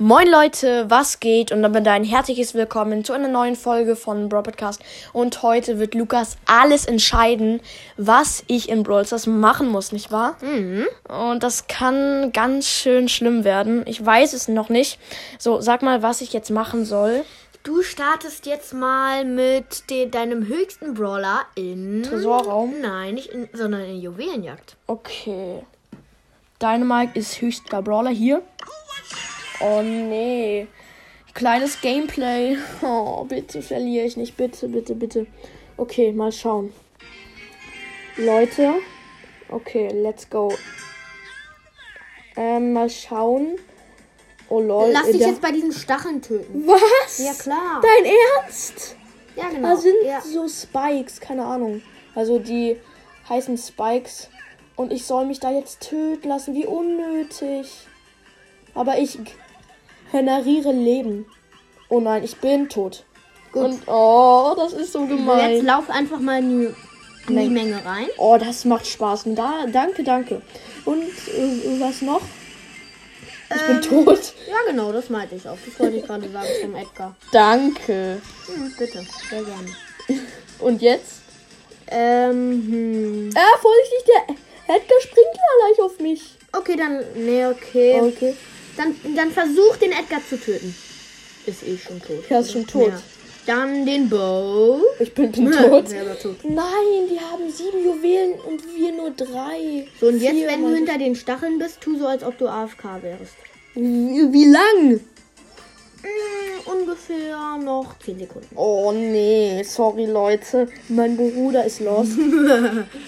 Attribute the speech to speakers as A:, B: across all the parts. A: Moin Leute, was geht? Und damit ein herzliches Willkommen zu einer neuen Folge von Brawl Podcast. Und heute wird Lukas alles entscheiden, was ich in Brawl Stars machen muss, nicht wahr? Und das kann ganz schön schlimm werden. Ich weiß es noch nicht. So, sag mal, was ich jetzt machen soll.
B: Du startest jetzt mal mit de deinem höchsten Brawler in.
A: Tresorraum?
B: Nein, nicht in, sondern in Juwelenjagd.
A: Okay. Dynamite ist höchster Brawler hier. Oh nee. Kleines Gameplay. Oh, bitte verliere ich nicht. Bitte, bitte, bitte. Okay, mal schauen. Leute. Okay, let's go. Ähm, mal schauen. Oh lol.
B: Lass dich
A: der-
B: jetzt bei diesen Stacheln töten.
A: Was?
B: Äh, Ja, klar.
A: Dein Ernst?
B: Ja, genau.
A: Da sind
B: ja.
A: so Spikes, keine Ahnung. Also die heißen Spikes. Und ich soll mich da jetzt töten lassen, wie unnötig. Aber ich generiere Leben. Oh nein, ich bin tot.
B: Gut.
A: Und oh, das ist so
B: So, jetzt
A: gemein.
B: lauf einfach mal in die, in die
A: Nein.
B: Menge rein.
A: Oh, das macht Spaß. Und da, danke, danke. Und äh, was noch? Ich
B: Ähm.
A: bin tot.
B: Ja, genau, das meinte ich auch. Das wollte ich gerade sagen zum Edgar.
A: Danke.
B: Hm, bitte, sehr gerne.
A: Und jetzt?
B: Ähm, hm.
A: Ah, vorsichtig, der Edgar springt ja gleich auf mich.
B: Okay, dann. Nee, okay.
A: Okay.
B: Dann, dann versuch den Edgar zu töten. Ist eh schon tot.
A: Er ist schon tot.
B: Ja. Dann den Bo.
A: Ich bin, bin tot.
B: Ja, aber tot.
A: Nein, die haben sieben Juwelen und wir nur drei.
B: So, und jetzt,
A: Vier,
B: wenn du
A: Mann.
B: hinter den Stacheln bist, tu so, als ob du AFK wärst.
A: Wie, wie lang?
B: Mm, ungefähr noch 10 Sekunden.
A: Oh nee, sorry Leute. Mein Bruder ist los.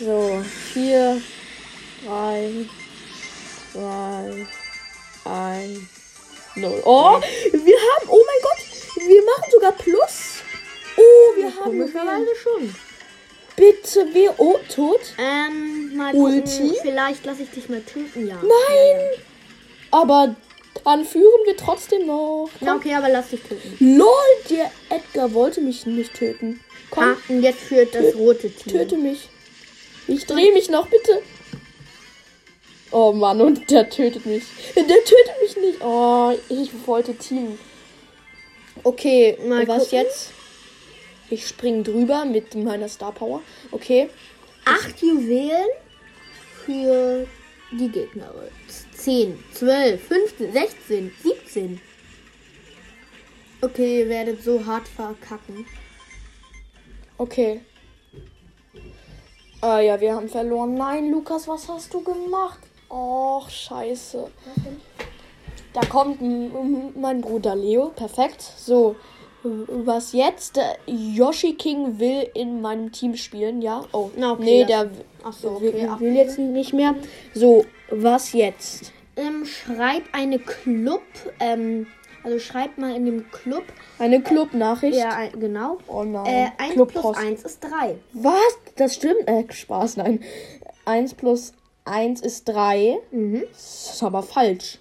A: so, vier, drei, zwei, ein, null. Oh, wir haben, oh mein Gott, wir machen sogar Plus. Oh, wir haben Juwelen.
B: Komischerweise schon.
A: Bitte, wir, oh, tot.
B: Ähm, mal
A: Ulti?
B: gucken. Vielleicht lasse ich dich mal töten, ja.
A: Nein. Aber dann führen wir trotzdem noch.
B: Na, okay, aber lass dich töten.
A: LOL, der Edgar wollte mich nicht töten. Komm,
B: Ah, und jetzt führt das rote Team.
A: töte mich. Ich drehe mich noch, bitte. Oh Mann, und der tötet mich. Der tötet mich nicht. Oh, ich wollte Team. Okay,
B: Mal
A: was
B: gucken.
A: jetzt? Ich spring drüber mit meiner Star Power. Okay.
B: Acht Juwelen für die Gegnerin. 10, 12, 15, 16, 17. Okay, ihr werdet so hart verkacken.
A: Okay. Ah ja, wir haben verloren. Nein, Lukas, was hast du gemacht? Och, scheiße. Da kommt m- m- mein Bruder Leo. Perfekt. So, w- was jetzt? Der Yoshi King will in meinem Team spielen, ja? Oh,
B: Na, okay,
A: nee,
B: das-
A: der
B: Ach so,
A: will,
B: okay.
A: will jetzt nicht mehr. So, was jetzt?
B: Ähm, schreib eine Club, ähm, also schreib mal in dem Club.
A: Eine Clubnachricht?
B: Ja, ein, genau.
A: Oh nein.
B: Äh, 1 plus
A: Clubpost.
B: 1 ist 3.
A: Was? Das stimmt? Äh, Spaß, nein. 1 plus 1 ist 3.
B: Mhm.
A: Das ist aber falsch.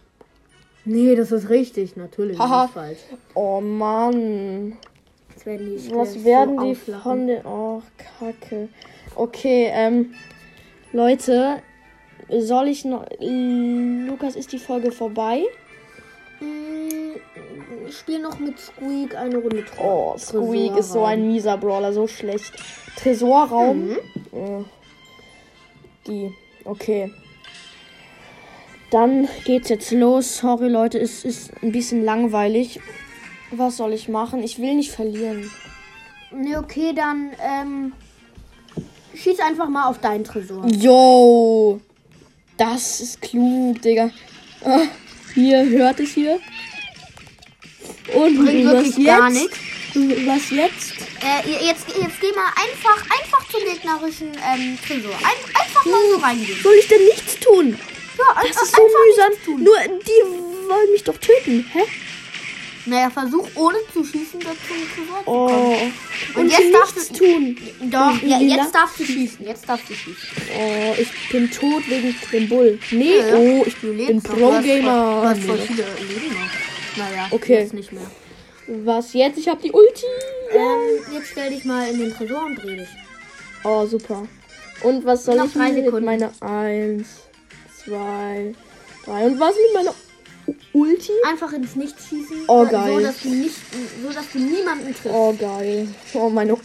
B: Nee, das ist richtig, natürlich.
A: Haha.
B: Das ist falsch.
A: Oh Mann.
B: Jetzt werden die
A: Was
B: so
A: werden die
B: auflachen.
A: von den. Oh, Kacke. Okay, ähm. Leute, soll ich noch. Lukas, ist die Folge vorbei?
B: Mm, Ich spiel noch mit Squeak eine Runde Tro-
A: Oh, Squeak ist so
B: Tresorraum.
A: ein mieser Brawler, so schlecht. Tresorraum.
B: Mhm.
A: Äh, Die. Okay. Dann geht's jetzt los. Sorry, Leute, es ist ein bisschen langweilig. Was soll ich machen? Ich will nicht verlieren.
B: Nee, okay, dann, ähm, schieß einfach mal auf deinen Tresor.
A: Yo! Das ist klug, Digga. Ah, hier, hört es hier? Und
B: Bringt
A: was
B: wirklich gar
A: jetzt? Was jetzt?
B: Äh, ihr- jetzt, jetzt geh mal einfach, einfach zum gegnerischen, ähm, Tresor. Ein, einfach mal so reingehen.
A: Soll ich denn nichts tun?
B: Ja,
A: Das ist so mühsam. Nur die wollen mich doch töten. Hä?
B: Naja, versuch ohne zu schießen, dazu zu kommen.
A: Oh.
B: Und
A: Und
B: jetzt
A: sie
B: darfst
A: nichts tun.
B: Doch,
A: Hm,
B: ja,
A: Wie
B: jetzt
A: lang-
B: darfst du schießen. Jetzt darfst du schießen.
A: Oh, ich bin tot wegen dem Bull. Nee,
B: Ja.
A: oh, ich
B: Du lebst
A: bin
B: noch. Du hast voll- Du
A: Pro-Gamer.
B: hast voll viele Leben noch. Naja,
A: Okay.
B: jetzt nicht mehr.
A: Was jetzt? Ich hab die Ulti.
B: Ähm, jetzt stell dich mal in den Tresor und dreh dich.
A: Oh, super. Und was soll
B: Noch
A: ich
B: drei
A: mit
B: Sekunden.
A: meiner 1, 2, 3 und was mit meiner Ulti.
B: Einfach ins Nichts schießen.
A: Oh,
B: so,
A: geil.
B: So, dass du, nicht, so, dass du niemanden triffst.
A: Oh, geil. Oh, meine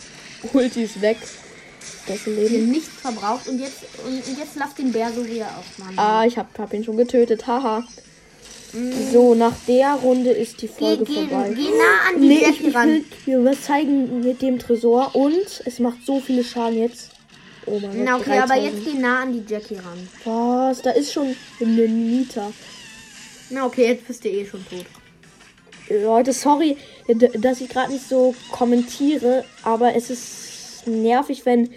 A: Ulti ist weg. Das
B: Dir
A: Leben.
B: nichts verbraucht und jetzt, und, und jetzt lass den Bär so wieder aufmachen.
A: Ah, ich hab, hab ihn schon getötet. Haha. So, nach der Runde ist die
B: geh,
A: Folge
B: geh,
A: vorbei.
B: geh nah an die
A: Nee, ich,
B: Jackie
A: ich
B: ran.
A: will dir was zeigen mit dem Tresor und es macht so viele Schaden jetzt. Oh mein Gott.
B: Na okay, aber
A: 3000.
B: jetzt geh nah an die Jackie ran.
A: Was? Da ist schon eine Nita.
B: Na okay, jetzt bist du eh schon tot.
A: Leute, sorry, d- dass ich gerade nicht so kommentiere, aber es ist nervig, wenn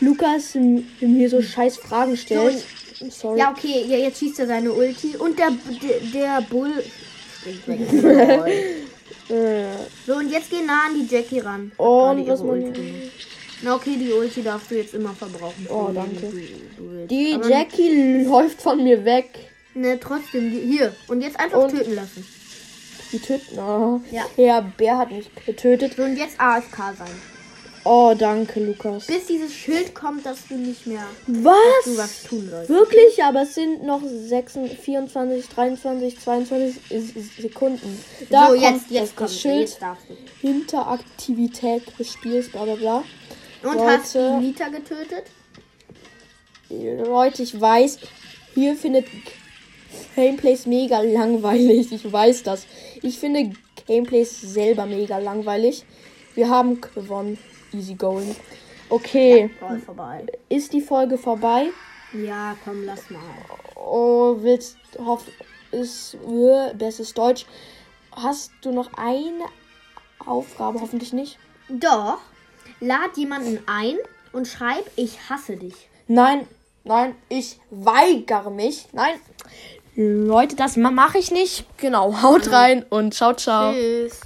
A: Lukas m- mir so scheiß Fragen stellt. Sorry.
B: Ja, okay, ja, jetzt schießt er seine Ulti und der, der, der Bull springt weg.
A: Äh,
B: so, und jetzt geh nah an die Jackie ran. Hat
A: Und
B: gerade
A: was
B: ihre
A: man-
B: Ulti. Na okay, die Ulti darfst du jetzt immer verbrauchen.
A: Oh,
B: wenn
A: danke.
B: Du, du willst.
A: Die
B: Aber-
A: Jackie läuft von mir weg.
B: Ne, trotzdem, die, hier. Und jetzt einfach
A: Und-
B: töten lassen.
A: Die töten. Oh.
B: Ja.
A: Der Bär hat mich getötet.
B: So, und jetzt AFK sein.
A: Oh, danke, Lukas.
B: Bis dieses Schild kommt, dass du nicht mehr du was
A: Was?
B: tun sollst.
A: Wirklich? Aber es sind noch 26, 24, 23, 22 S- S- Sekunden. Da
B: so,
A: kommt
B: jetzt,
A: das,
B: jetzt kommt
A: das Schild.
B: Jetzt darfst du.
A: Interaktivität des Spiels, bla bla bla.
B: Und
A: Leute.
B: hast die Nita getötet?
A: Leute, ich weiß, ihr findet Gameplays mega langweilig. Ich weiß das. Ich finde Gameplays selber mega langweilig. Wir haben gewonnen. Easy going. Okay,
B: Voll vorbei.
A: ist die Folge vorbei?
B: Ja, komm, lass mal.
A: Oh, willst, hoff, ist, äh, bestes Deutsch. Hast du noch eine Aufgabe? Hoffentlich nicht.
B: Doch, lad jemanden ein und schreib, ich hasse dich.
A: Nein, nein, ich weigere mich. Nein. Leute, das mache ich nicht. Genau, haut rein und ciao, ciao.
B: Tschüss.